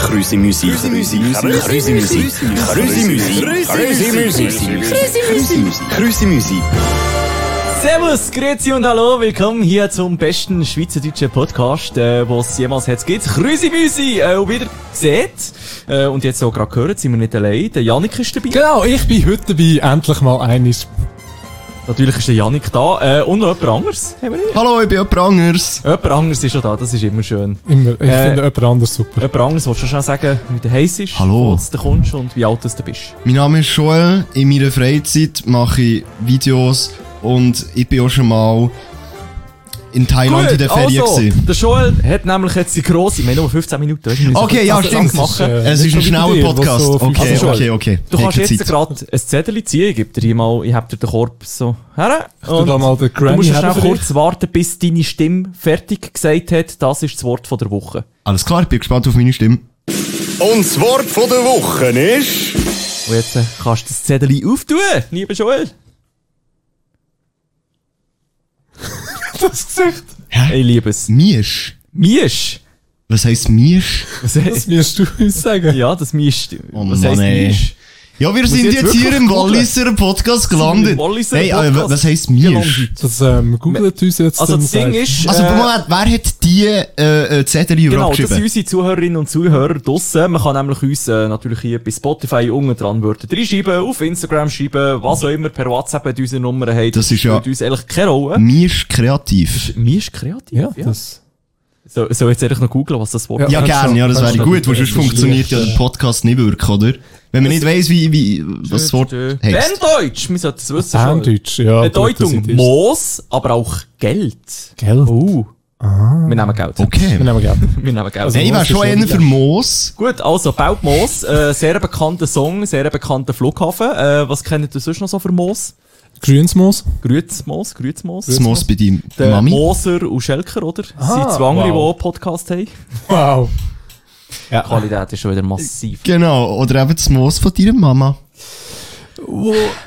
Krüsi Musi. Krüsi Musi. Krüsi Musi. Krüsi Musi. Krüsi Musi. Krüsi Musi. Krüsi Musi. Servus, grüezi und hallo, willkommen hier zum besten schweizerdeutschen Podcast, äh, was es jemals hat gibt. Grüezi Müsi, äh, und wieder seht, äh, und jetzt auch gerade gehört, sind wir nicht allein, der Janik ist dabei. Genau, ich bin heute dabei, endlich mal eines. Natürlich ist der Janik da, äh, und noch jemand anderes haben wir hier. Hallo, ich bin jemand anderes. Jemand anderes ist schon da, das ist immer schön. Immer, ich Äh. finde jemand anders super. Jemand anderes, willst du schon sagen, wie der heiss ist, Hallo. wo du kommst und wie alt du bist. Mein Name ist Joel. In meiner Freizeit mache ich Videos und ich bin auch schon mal in Thailand in der Ferien. also, gewesen. der Joel hat nämlich jetzt die grosse, wir haben nur 15 Minuten, weißt du, wir müssen Okay, ja, das stimmt. Äh, langsam machen. Es ist ein schneller Podcast. Okay, Also, Joel, okay, okay. Du Ich kannst hab keine jetzt Zeit. gerade ein Zettel ziehen, ich gebe dir hier mal, ich hab dir den Korb so her. Du und da mal den Du Grammy musst schnell haben für dich. kurz warten, bis deine Stimme fertig gesagt hat, das ist das Wort von der Woche. Alles klar, ich bin gespannt auf meine Stimme. Und das Wort von der Woche ist. Und jetzt äh, kannst du das Zettel auftun, lieber Joel. das Gesicht. Ich liebe es. Miesch. Miesch. Was heisst Miesch? Was Das heißt, wirst du uns sagen. ja, das Miesch. Oh was Mann, heisst ey. Miesch? Ja, wir ich sind jetzt jetzt hier wirklich im googeln? Walliser Podcast gelandet. im Walliser Nein, aber Podcast? was heisst Wie lange Miesch? heute? Das ähm, googelt uns jetzt. Also und das Ding sagt- ist... Also, äh, Moment, wer hat die äh, äh, Zettel Genau, überhaupt das sind geschrieben? unsere Zuhörerinnen und Zuhörer draussen. Man kann nämlich uns äh, natürlich hier bei Spotify unten dran Wörter reinschreiben, auf Instagram schreiben, was auch immer, per WhatsApp hat unsere Nummer haben. Das ist ja- Spielt uns eigentlich keine Rolle. Miesch kreativ. Mir ist kreativ. Ja, das. So, so jetzt ehrlich noch googeln, was das Wort Ja. ist. Ja, kannst gern, du- ja, das kannst wäre du gut, weil sonst natürlich- funktioniert ja der Podcast nicht wirklich, oder? Wenn man nicht weiss, wie, wie, was das Wort heisst. Banddeutsch, wir sollten es wissen. schon. Sanddeutsch, ja. Bedeutung gut, das ist- Moos, aber auch Geld. Geld. Uh. Wir nehmen Geld. Wir Okay. nehmen Geld. Wir nehmen Geld. Also- Nein, ich wäre Moos schon Genau. ist einer nicht für Moos. Gut, also Baut Moos, äh, sehr bekannter Song, sehr bekannter Flughafen. Äh, was kennt ihr sonst noch so für Moos? Grünsmoos. Grütz Moos, Grütz Moos. Das Moos bei deinem Der Mami. Moser und Schelker, oder? Das Ah, sind zwei andere, die wow. auch Podcast haben. Wow. Die Qualität ist schon wieder massiv. Genau, oder eben das Moos von deiner Mama.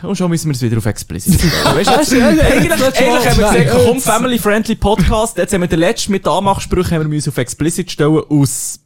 Und schon müssen wir es wieder auf explicit. weißt du, weißt du, eigentlich, eigentlich haben wir gesagt, komm, family-friendly Podcast. Jetzt haben wir den letzten mit Anmachsprüchen haben wir müssen auf explicit stellen aus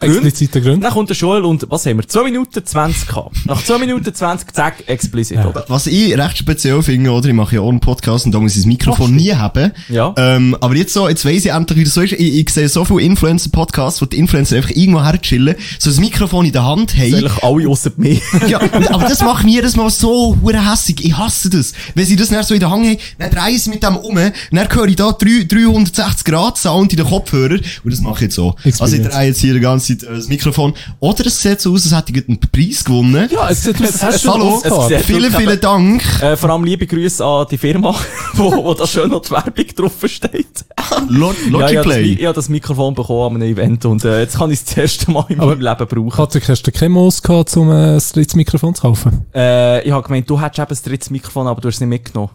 Gründen. Explizite Gründe. Dann kommt der Schule und was haben wir? 2 Minuten 20 gehabt. Nach 2 Minuten 20, zack, explicit, oder? Was ich recht speziell finde, oder? Ich mache ja auch einen Podcast und da muss ich das Mikrofon nie haben. Ja. Ähm, aber jetzt so, jetzt weiss ich endlich, wie das so ist. Ich, ich sehe so viele Influencer-Podcasts, wo die Influencer einfach irgendwo herchillen, so das Mikrofon in der Hand haben. Eigentlich alle außer mir. ja, aber das macht mir jedes Mal so hure hässig. Ich hasse das. Wenn sie das dann so in der Hand haben, dann drehe ich es mit dem um, dann höre ich da 3, 360 Grad Sound in den Kopfhörer und das mache ich jetzt so. Also ich Experience. drehe jetzt hier die ganze Zeit äh, das Mikrofon. Oder es sieht so aus, als hätte ich einen Preis gewonnen. Ja, es sieht aus, als hättest du einen Hallo, Oscar. es sieht- vielen, vielen Dank. Äh, vor allem liebe Grüße an die Firma, wo, wo da schön noch die Werbung drauf steht. Lo- Ja, ich, Logiplay. habe das, Mi- ich hab das Mikrofon bekommen an einem Event und äh, jetzt kann ich es das erste Mal in Aber- meinem Leben brauchen. Patrick, hast du keine Moos gehabt, um äh, ein drittes Mikrofon zu kaufen? Äh, ich habe gemeint, du hättest eben ein drittes Mikrofon, aber du hast es nicht mitgenommen.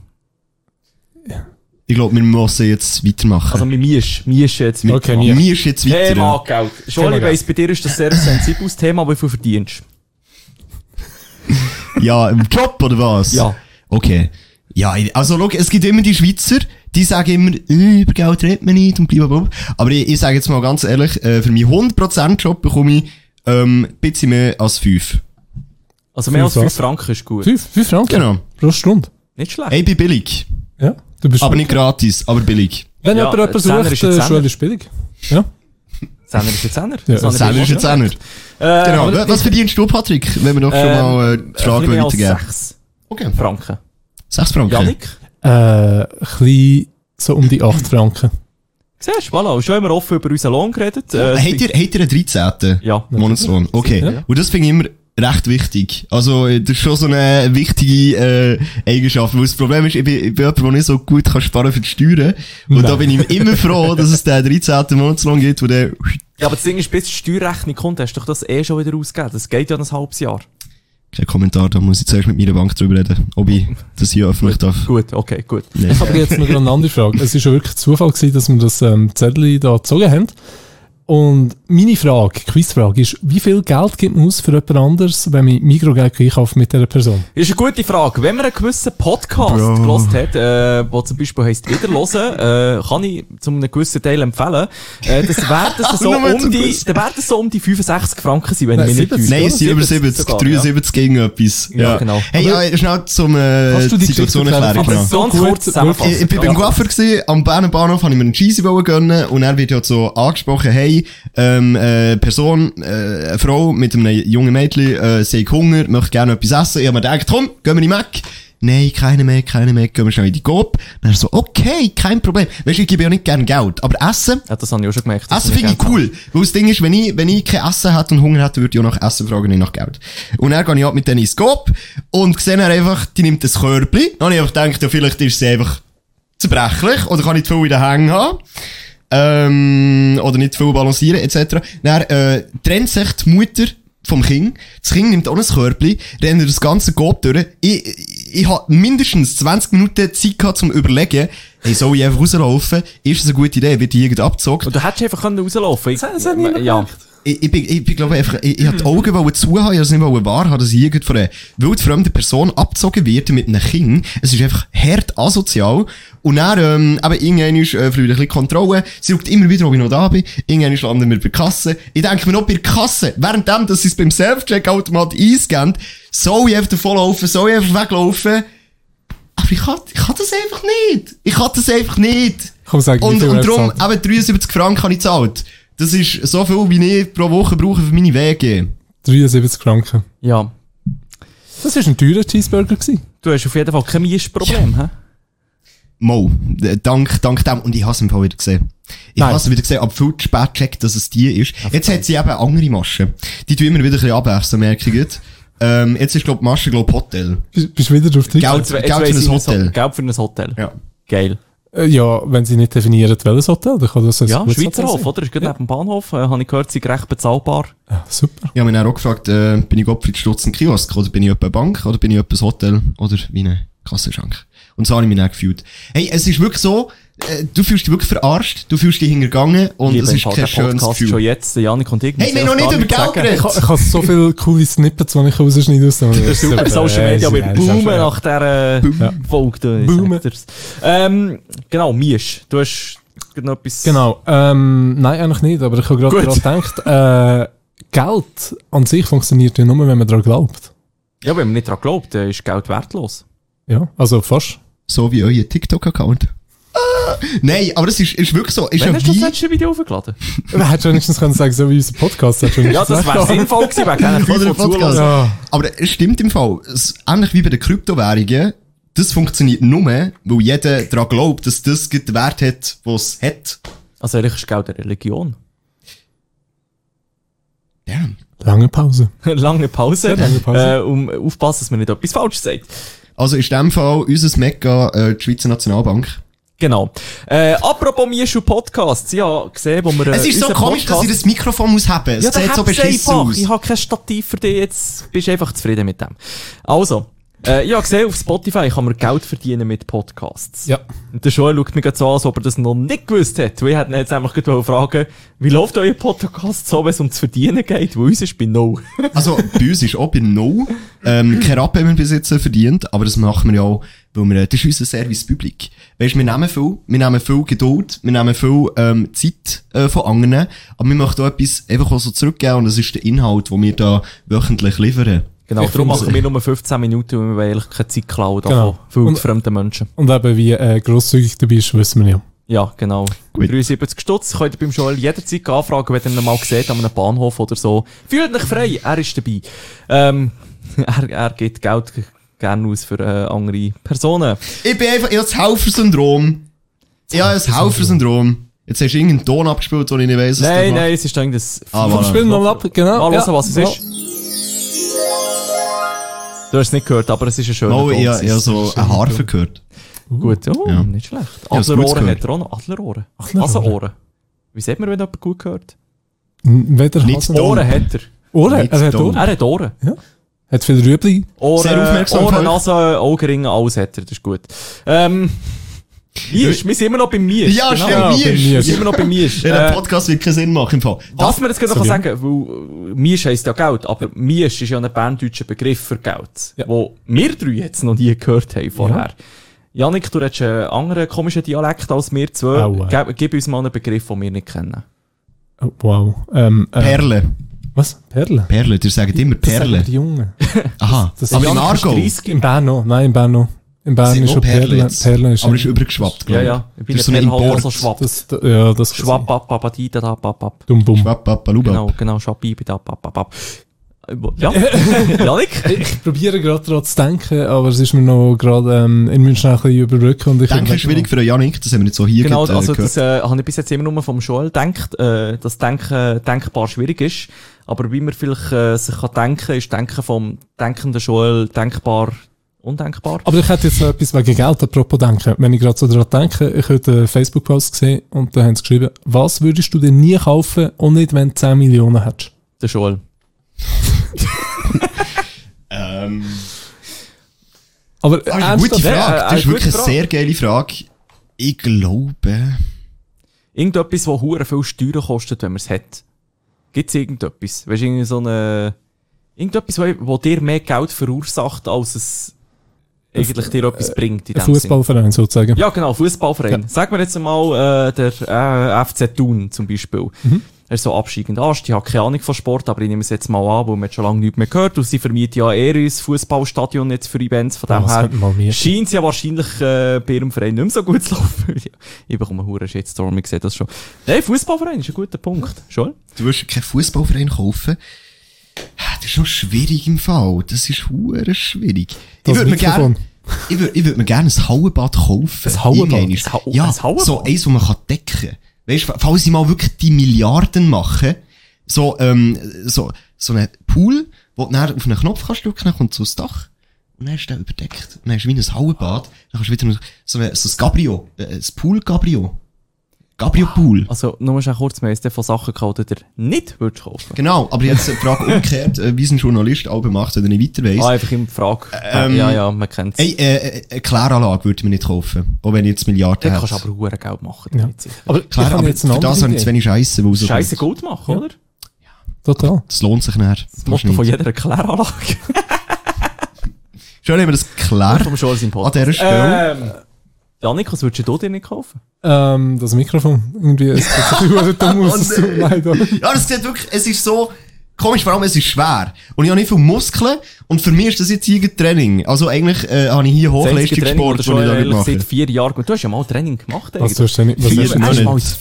Ich glaube, wir müssen jetzt weitermachen. Also mit mir ist, mir ist jetzt mit. Okay, mir. mir. mir ist jetzt weiter. Hey, Mann, Geld. Schon, Thema ich weiss, bei dir ist das sehr ein sensibles Thema, aber wie viel verdienst Ja, im Job oder was? Ja. Okay. Ja, ich- also schau, es gibt immer die Schweizer, die sagen immer, «Äh, über Geld redet man nicht und blablabla. Aber ich, ich sage jetzt mal ganz ehrlich, äh, für meinen 100% Job bekomme ich ähm, ein bisschen mehr als 5. Also mehr als Fünf 5 Franken ist gut. Fünf, fünf Franken? Genau. Pro Stunde. Nicht schlecht. Ey, ich bin billig. Ja. Du bist Aber nicht gratis, aber billig. Wenn Ja, jemand jemanden Zehner sucht, ist ein äh, Zehner. Schule ist billig. Ja. Zehner ist ein Zehner. Ja, Das habe ich Selber ist ein gemacht. Zehner. Äh, Genau. aber- Was verdienst du, Patrick? Wenn wir doch schon Ähm, mal äh, die Ein Frage bisschen mehr als weitergeben. 6 Okay. Franken. 6 Franken. Janik? Äh, klein, so um die 8 Franken. Siehst du, voilà. Und schon haben wir offen über unseren Lohn geredet. Äh, Habt ihr, habt ihr einen 13. Ja. Monatslohn? Okay. Ja. Und das finde ich immer recht wichtig. Also, äh, das ist schon so eine wichtige äh, Eigenschaft. Weil das Problem ist, ich bin, ich bin jemand, der nicht so gut kann sparen für die Steuern. Und da bin ich immer froh, dass es den 13. Monatslohn gibt, wo der... Ja, aber das Ding ist, bis die Steuerrechnung kommt, hast du doch das eh schon wieder ausgegeben. Das geht ja noch ein halbes Jahr. Kein Kommentar, da muss ich zuerst mit meiner Bank drüber reden, ob ich das hier öffentlich darf. Gut, okay, gut. Ich habe jetzt noch eine andere Frage. Es ist ja wirklich Zufall gewesen, dass wir das ähm, Zettel da gezogen haben. Und meine Frage, Quizfrage, ist, wie viel Geld gibt man aus für jemand anderes, wenn man Mikrogeld einkauft mit dieser Person? Ist eine gute Frage. Wenn man einen gewissen Podcast Bro. gelost hat, äh, wo zum Beispiel heisst Wiederhören, äh, kann ich zum einem gewissen Teil empfehlen, äh, das wäre das so Auch nur um zum die, gewissen- dann wären das so um die 65 Franken sein, wenn ich mich nicht 70. täusche. Nein, es sind über 70, sogar, 73 irgendetwas. Ja, genau. Hey, ja, schnell zum äh, Kannst du die Situation Geschichte erklären. erzählen? Genau. Aber genau. ganz kurz So kurz, Ich, ich bin beim Coiffeur gewesen, am Berner Bahnhof habe ich mir einen Cheesy wollen gönnen und er wird ja so angesprochen, hey, ähm, äh, Person, äh, eine Frau mit einem jungen Mädchen, äh, sie hat Hunger, möchte gerne etwas essen. Ich habe mir gedacht, komm, gehen wir in den Mac. Nein, keine mehr, keine mehr, gehen wir schnell in die Coop. Dann er so, okay, kein Problem. Weißt du, ich gebe ja nicht gerne Geld, aber Essen, Ja, das habe ich auch schon gemerkt. Essen finde ich cool. Weil das Ding ist, wenn ich, wenn ich kein Essen hätte und Hunger hätte, würde ich auch nach Essen fragen, nicht nach Geld. Und dann gehe ich halt mit denen ins Coop und sehe dann einfach, die nimmt das Körbchen. Dann habe ich einfach gedacht, ja, vielleicht ist sie einfach zerbrechlich oder kann nicht zu viel in den Hängen haben. Ähm, oder nicht zu viel balancieren, etc. Dann äh, trennt sich die Mutter vom Kind. Das Kind nimmt auch ein Körbchen, rennt durch das ganze Coop durch. Ich, ich, ich hatte mindestens 20 Minuten Zeit gehabt, zum überlegen, hey, soll ich einfach rauslaufen? Ist das eine gute Idee? Wird die irgend abgezockt? Und du hättest einfach können rauslaufen können. Das hat niemand ja. gemerkt. Ich, ich, bin, ich bin, glaube einfach, ich, ich hab die Augen wollen zu haben, ich wollte es nicht wollen wahr haben, dass ich irgend von einer wildfremden Person abgezogen wird mit einem Kind. Es ist einfach hart asozial. Und dann, ähm, eben, irgendwann ist, äh, verliere ich ein bisschen Kontrolle. Sie schaut immer wieder, ob ich noch da bin. Irgendwann landen wir bei der Kasse. Ich denke mir noch bei der Kasse, währenddem, dass sie es beim Self-Check-Automat einscannt, soll ich einfach davonlaufen, soll ich einfach weglaufen. Aber ich kann, ich kann das einfach nicht. Ich kann das einfach nicht. Komm, sag, wie Und, viel und er darum, gezahlt eben 73 Franken habe ich gezahlt. Das ist so viel, wie ich pro Woche brauche für meine Wege. 73 Franken. ja. Das war ein teurer Cheeseburger. Gewesen. Du hast auf jeden Fall kein Mischproblem, hä? Mo, d- dank, dank dem. Und ich habe es im Fall wieder gesehen. Ich Nein. habe es wieder gesehen, aber viel zu spät checkt, dass es die ist. Jetzt hat sie eben andere Masche. Die tun immer wieder ein bisschen abwechseln, merke ich jetzt. Ähm, jetzt ist, glaub die Masche, glaub Hotel. Bist, bist wieder drauf Geld- Geld. Jetzt we- jetzt Geld weiss für ein ich, Hotel. Geld für ein Hotel. Ja. Geil. Äh, Ja, wenn sie nicht definieren, welches Hotel, dann kann das ein Ja, gutes Schweizer Hotel Hof, sein. oder? Ist gerade neben dem Bahnhof. Äh, habe ich gehört, sind recht bezahlbar. Ah, super. Ich habe mich dann auch gefragt, äh, bin ich Gottfried Stutz ein Kiosk oder bin ich etwa eine Bank oder bin ich etwa ein Hotel oder wie eine Kassenschank. Und so habe ich mich dann gefühlt. Hey, es ist wirklich so, äh, du fühlst dich wirklich verarscht, du fühlst dich hintergangen und Liebe es ist Fall, kein der schönes halt Podcast Gefühl. schon jetzt, der Janik und ich. Hey, müssen wir gar haben noch nicht über nichts Geld sagen. geredet. Ich, ich habe so viele coole Snippets, die ich rausschneiden muss. Das ist Super Social Media, Ja, wir das ist auch boomen schön. nach dieser Ja. Folge. da, ich Boomen. sag dir's. Ähm, genau, Miesch. Du hast gerade noch etwas... Genau. Ähm, nein, eigentlich nicht, aber ich habe gerade Gut. daran gedacht, äh, Geld an sich funktioniert ja nur, wenn man daran glaubt. Ja, wenn man nicht daran glaubt, dann ist Geld wertlos. Ja, also fast. So wie euer TikTok-Account. Ah, Nein, aber es ist, ist wirklich so. Ist Wann ja hast du das wie, letzte Video aufgeladen? Du hättest wenigstens können sagen, so wie unser Podcast. hättest du ja, wenigstens das wäre sagen können. sinnvoll gewesen, wegen diesen Oder fünf, die ein zuhören. Podcast. Ja. aber es stimmt im Fall. Es, ähnlich wie bei den Kryptowährungen, das funktioniert nur, weil jeder daran glaubt, dass das gerade den Wert hat, was es hat. Also ehrlich, ist Geld eine Religion. Damn. Lange Pause. lange Pause, lange Pause. Äh, um aufpassen, dass man nicht etwas falsch sagt. Also in dem Fall unser Mega, äh, die Schweizer Nationalbank. Genau. Äh, apropos Mieschu Podcast, ich habe gesehen, wo wir... Es äh, ist so unseren komisch, dass Podcast- ich das Mikrofon muss haben. Es Ja, sieht dann so hab's beschissen einfach. aus. Ich habe kein Stativ für dich, jetzt bist du einfach zufrieden mit dem. Also, äh, ich habe gesehen, auf Spotify kann man Geld verdienen mit Podcasts. Ja. Und der Joel schaut mich grad so an, als ob er das noch nicht gewusst hat. Wir hätten jetzt einfach gerade wollen fragen, wie läuft euer Podcast so, wenn es ums Verdienen geht? Weil uns ist bei Null. Also bei uns ist auch bei No ähm, kein Rappen haben wir bis jetzt verdient, aber das machen wir ja auch, weil wir, äh, das ist unser Servicepublik. Weißt, wir nehmen viel, wir nehmen viel Geduld, wir nehmen viel ähm, Zeit äh, von anderen, aber wir möchten auch etwas einfach auch so zurückgeben und das ist der Inhalt, den wir da wöchentlich liefern. Genau, Ich darum find's- machen wir nur 15 Minuten, weil wir wollen eigentlich keine Zeit klauen Genau. von Und- fremden Menschen. Und eben, wie äh, grosszügig du bist, wissen wir ja. Ja, genau. Gut. 73 Stutz könnt ihr beim Joel jederzeit anfragen, wenn ihr ihn mal seht, an einem Bahnhof oder so. Fühlt euch frei, er ist dabei. Ähm, er, er gibt Geld g- gerne aus für äh, andere Personen. Ich bin einfach, ich habe das Helfersyndrom. Ich habe das Helfersyndrom. Jetzt hast du irgendeinen Ton abgespielt, den ich nicht weiss, was das nein, macht. nein, es ist irgendwas... Ah, Komm, voilà. spiel nochmal ab. Genau. Mal hören, ja. was es Ja. ist. Du hast es nicht gehört, aber es ist ein schöner Mal, ich, Ton. habe- ich habe so eine Harfe gehört. Gut, oh, Ja. nicht schlecht. hab's gut Adlerohren gehört. hat er auch noch. Adlerohren? Adlerohren. Hasenohren. Wie sieht man, wenn jemand gut gehört? N- Weder Nicht Hasen- dumm. Ohren hat er. Ohren. Nicht Er hat dumm. Ohren. Er hat Ohren. Hat viel Rüebli. Ohren, Sehr aufmerksam Ohren, von euch. Nase, Augenringe, alles hat er, das ist gut. Ähm, Miesch, wir sind immer noch beim Miesch. Ja, Genau. stimmt, Miesch. Wir sind immer noch beim Miesch. Ja, der Äh, Ah, Podcast wird keinen Sinn machen im Fall. dass man das gerade noch Sorry. sagen kann, weil äh, Miesch heisst ja Geld, aber Miesch ist ja ein berndeutscher Begriff für Geld, Ja. wo wir drei jetzt noch nie gehört haben vorher. Janik, du hast einen anderen komischen Dialekt als wir zwei. Aua. Gib, gib uns mal einen Begriff, den wir nicht kennen. Oh, wow. Ähm, äh, Perle. Was? Perle? Perle, ihr sagt immer Das sagen Perle. Die Jungen. Aha. das- aber das- in Janik Argo. ist In Bern noch. Nein, in Bern noch. In Bern sind ist noch schon Perle. Perle. jetzt. Perle ist aber ist übergeschwappt, Ja, glaub ich. ja. Ich bin Das ist so ein ein halt auch Import. so Schwapp. Das, ja, das Schwapp, bap, bap, di, da, da, bap, bap. Dum, bum. Schwapp, bap, balubab. Genau, genau, Schwappi, da, bap, bap, bap. Äh, wo- Ja, Janik? Ich probiere gerade daran zu denken, aber es ist mir noch gerade, ähm, ich muss schnell ein bisschen überbrücken und ich Denken ist schwierig für einen Janik, das haben wir nicht so hier Genau, gerade, äh, also das gehört. äh, habe ich bis jetzt immer nur vom Joel gedacht, äh, dass Denken denkbar schwierig ist. Aber wie man vielleicht äh, sich kann denken, ist Denken vom denkenden Joel denkbar undenkbar. Aber ich hätte jetzt noch etwas wegen Geld apropos denken. Wenn ich gerade so daran denke, ich habe einen Facebook-Post gesehen und da haben sie geschrieben, was würdest du denn nie kaufen und nicht, wenn du 10 Millionen hättest? Der Joel. Ähm, Aber das ist eine gute ernsthaft, ja, Frage. äh, Das eine ist wirklich gute eine Frage. sehr geile Frage. Ich glaube... Irgendetwas, das hure viel Steuern kostet, wenn man es hat. Gibt es irgendetwas? Weißt du, irgendwie so eine, irgendetwas, wo, wo dir mehr Geld verursacht, als es eigentlich dir etwas bringt in äh, ein dem Sinn. Fußballverein sozusagen. Ja, genau, Fußballverein. Sagen wir jetzt mal äh, der äh, FC Thun zum Beispiel. Mhm. Er ist so abschiegend Ast. Ich habe keine Ahnung von Sport, aber ich nehme es jetzt mal an, weil man hat schon lange nichts mehr gehört. Und sie vermieten ja eher das Fußballstadion jetzt für Events. Von Ja, dem das könnten wir mal her mieten. scheint es ja wahrscheinlich äh, bei ihrem Verein nicht mehr so gut zu laufen. ich bekomme einen Huren Shitstorm, ich sehe das schon. Nein, Fußballverein ist ein guter Punkt. Schon? Du wirst keinen Fußballverein kaufen. Ah, Das ist noch schwierig im Fall. Das ist hure schwierig. Das ich würde mir gerne Mikrofon. ich würd, ich würd mir gern ein Hauenbad kaufen. Ein Hauenbad? Irgendeines. Ein Hau- ja, ein Hauenbad? so eins, wo man kann decken. Weißt, fa- falls sie mal wirklich die Milliarden machen, so, ähm, so, so einen Pool, wo du dann auf einen Knopf kannst drücken, dann kommt so das Dach. Und dann ist der überdeckt. Und dann ist wie ein Hauenbad. Dann kannst du wieder so ein, so ein Gabrio, äh, ein Pool-Gabrio. Gabrio-Pool. Also, nur mal schnell kurz, wir haben jetzt von Sachen gehabt, die ihr nicht würdest kaufen Genau, aber jetzt die Frage umgekehrt, äh, wie es ein Journalist auch macht, wenn er nicht weiter weiss. Ah, einfach immer die Frage. Ähm, ja, ja, man kennt es. Ey, äh, äh, eine Kläranlage würde ich mir nicht kaufen, auch wenn ich jetzt Milliarden Da hätte. kannst du aber hure Geld machen. Ja. damit sicher. Aber ich Klar, habe aber jetzt für eine das andere habe ich zu Idee. wenig Scheiße, weil so Scheiße gut machen, oder? Total. Das lohnt sich nicht. Das Motto von jeder Kläranlage. Schon haben wir das Und klar vom Scholz im an Podcast. dieser Stelle. Janik, was würdest du dir nicht kaufen? Ähm, das Mikrofon. Irgendwie ist das ein bisschen dumm aus. Es tut mir leid. aber- Also, Äh. Ja, das sieht wirklich, es ist so komisch, vor allem es ist schwer. Und ich habe nicht viel Muskeln und für mich ist das jetzt hier Training. Also eigentlich äh, habe ich hier Hochleistungssport, das den ich da schon nicht mache. seit vier Jahren gemacht. Du hast ja mal Training gemacht. Was tust du denn nicht? Was Vier- du Also, hast, du- noch hast nicht. mal ins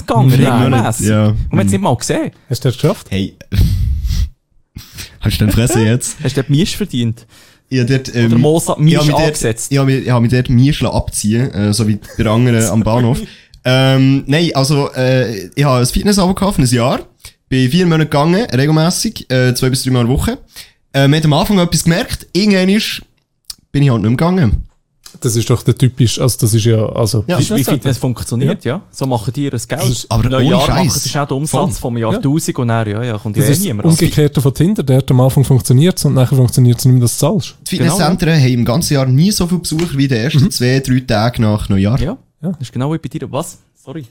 Fitness gegangen, Nein, noch nicht, regelmäßig. ja. Und man hat es nicht mal gesehen. hast du das geschafft? Hey. Hast du den Fresse jetzt? Hast du dort Miesch verdient? Ich hab dort, ähm, Oder Mosa- Miesch ich hab mich dort- angesetzt. Ich habe mich, ich hab mich dort Miesch lassen abziehen, äh, so wie der andere am Bahnhof. Ähm, nein, also äh, ich habe ein Fitnessabo gekauft, für ein Jahr. Bin vier Monate gegangen, regelmäßig, äh, zwei bis drei Mal in der Woche. Äh, wir haben am Anfang etwas gemerkt, irgendwann ist, bin ich halt nicht mehr gegangen. Das ist doch der typisch, also das ist ja, also. Ja. Wie Fitnesscenter. Fitness funktioniert, ja. So machen die ihr das Geld. ist- aber Neujahr ohne machen Scheiß. sie schnell den Umsatz vom Jahr Ja. 1000 und dann, ja, ja, kommt ja Das eh ist das niemand. Also, Umgekehrte von Tinder, der hat am Anfang funktioniert und nachher funktioniert es nicht mehr, dass du zahlst. Die Genau, Fitnesszentren haben im ganzen Jahr nie so viele Besucher wie die ersten zwei, drei Tage nach Neujahr. Mhm. Ja, Ja. das ist genau wie bei dir. Was? Sorry.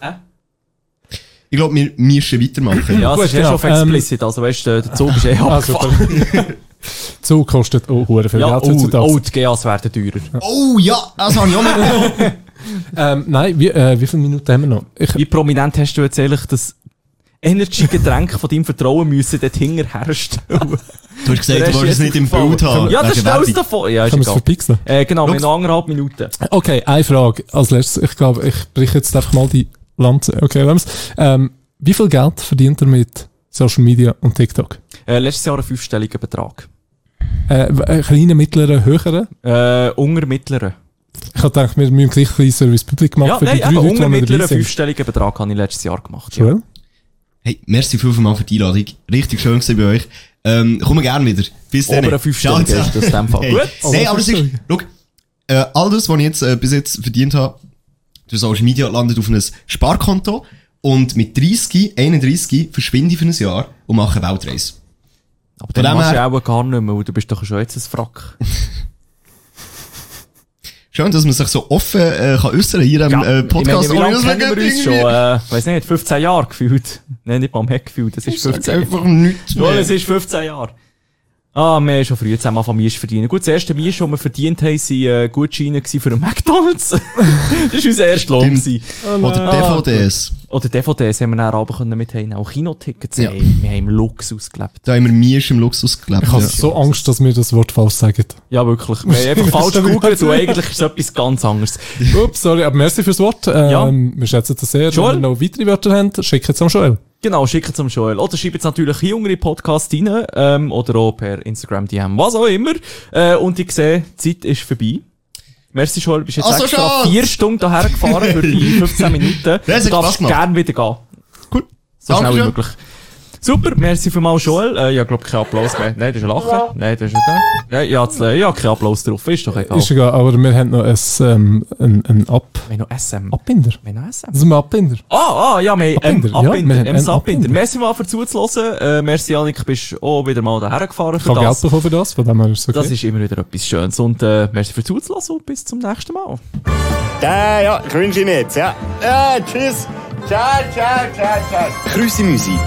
Äh? Ich glaube, wir müssen weitermachen. Ja, es Gut, ist ja schon genau. auf Ähm. explicit. Also, weißt du, der Zug ist eh Ah, Also, abgefahren. der- Zug kostet auch hure viel Ja, Geld oh, heutzutage. oh, die GAs werden teurer. Oh ja, das habe ich auch mitbekommen. Ähm, nein, wie, äh, wie viele Minuten haben wir noch? Ich, Wie prominent hast du jetzt ehrlich das Energy-Getränk von deinem Vertrauen müssen dort hinterherstellen? Du hast gesagt, du wolltest es nicht im Bild haben. Ja, das wegen ist alles Werbung. davon. Ja, ist Können wir es egal. verpixeln? Äh, genau, wir haben Schau's. noch anderthalb Minuten. Okay, eine Frage als letztes. Ich glaube, ich brich jetzt einfach mal die Lanze. Okay, Lems. Ähm, wie viel Geld verdient ihr mit Social Media und TikTok? Äh, letztes Jahr ein fünfstelliger Betrag. Äh, w- äh, kleiner, mittlerer, höherer? Äh, untermittlerer. Ich habe gedacht, wir müssen gleich ein bisschen Service Public machen Ja, für nein, die drei eben, Leute, die wir untermittlerer dabei sind. fünfstelliger Betrag habe ich letztes Jahr gemacht. Ja. Joel? Hey, merci vielmals für die Einladung. Richtig schön gewesen bei euch. Ähm, kommen gerne wieder. Bis dann. Ober ein fünfstelliger Ciao, ist ciao. das in dem Fall. Hey. Gut. Nein, Oh, aber es ist, Fünfstelliger. schau, äh, all das, was ich jetzt äh, bis jetzt verdient habe, durch Social Media landet auf einem Sparkonto und mit 30, 31 verschwinde ich für ein Jahr und mache eine Weltreise. Aber dann dem machst du her- auch gar nicht mehr, weil du bist doch schon jetzt ein Frack. Schön, dass man sich so offen äh, kann äußern hier am äh, Podcast. Ich meine, wie ohne dass lange kennen man wir uns schon? irgendwie- Äh, weiss nicht, 15 Jahre gefühlt. Nein, nicht mal am Heck gefühlt, das ist Ich sag 15 einfach nichts Joel, mehr. es ist 15 Jahre. Ah, wir haben schon früh zusammen angefangen, Miesch zu verdienen. Gut, das erste Miesch, das wir verdient haben, waren äh, Gutscheine gewesen für einen McDonalds. das war unser erster Lohn. Stimmt. gewesen. Ah. Oder DVDs. Oder DVDs haben wir dann aber können mitnehmen Auch Kinotickets. Ja. Ey, wir haben im Luxus gelebt. Da haben wir Miesch im Luxus gelebt. Ich habe so Angst, dass mir das Wort falsch sagen. Ja, wirklich. Wir haben einfach falsch gegoogelt und eigentlich ist es etwas ganz anderes. Ups, sorry, aber merci fürs Wort. Ähm, Wir schätzen das sehr. Joel? Wenn ihr noch weitere Wörter habt, schickt es am Joel. Genau, schicken zum Joel. Oder schreibt jetzt natürlich jüngere Podcasts rein, ähm, oder auch per Instagram DM, was auch immer. Äh, und ich sehe, die Zeit ist vorbei. Merci Joel, bist jetzt Also extra schon. vier Stunden hierher gefahren für die 15 Minuten. Das du darfst hat Spass gemacht. gerne wieder gehen. Cool. So schnell wie Dankeschön. möglich. Super, merci für mal Joel. Äh, ja, glaub, kein Applaus mehr. Nein, das ist ein Lachen. Nein, das ist ein... Ja, ja, jetzt, äh, ja, kein Applaus drauf. Ist doch egal. Ist egal, aber wir haben noch ein, ähm, ein, ein Ab Wir haben noch SM. Abbinder. Wir haben noch SM. Das ist ein Abbinder. Ah, ah, ja, wir haben ähm, Abbinder, Abbinder, ja, wir ja, haben einen Abbinder. Abbinder. Merci mal für zuzuhören. Äh, merci, Janik, bist auch wieder mal daher gefahren Ich für habe das. Geld bekommen für das, von dem her ist es okay. Das ist immer wieder etwas Schönes. Und äh, merci für zuzuhören und bis zum nächsten Mal. Äh, Ja, ja, ich wünsche Ihnen jetzt, ja. Ja, tschüss. Ciao, ciao, ciao, ciao. Grüße Musik.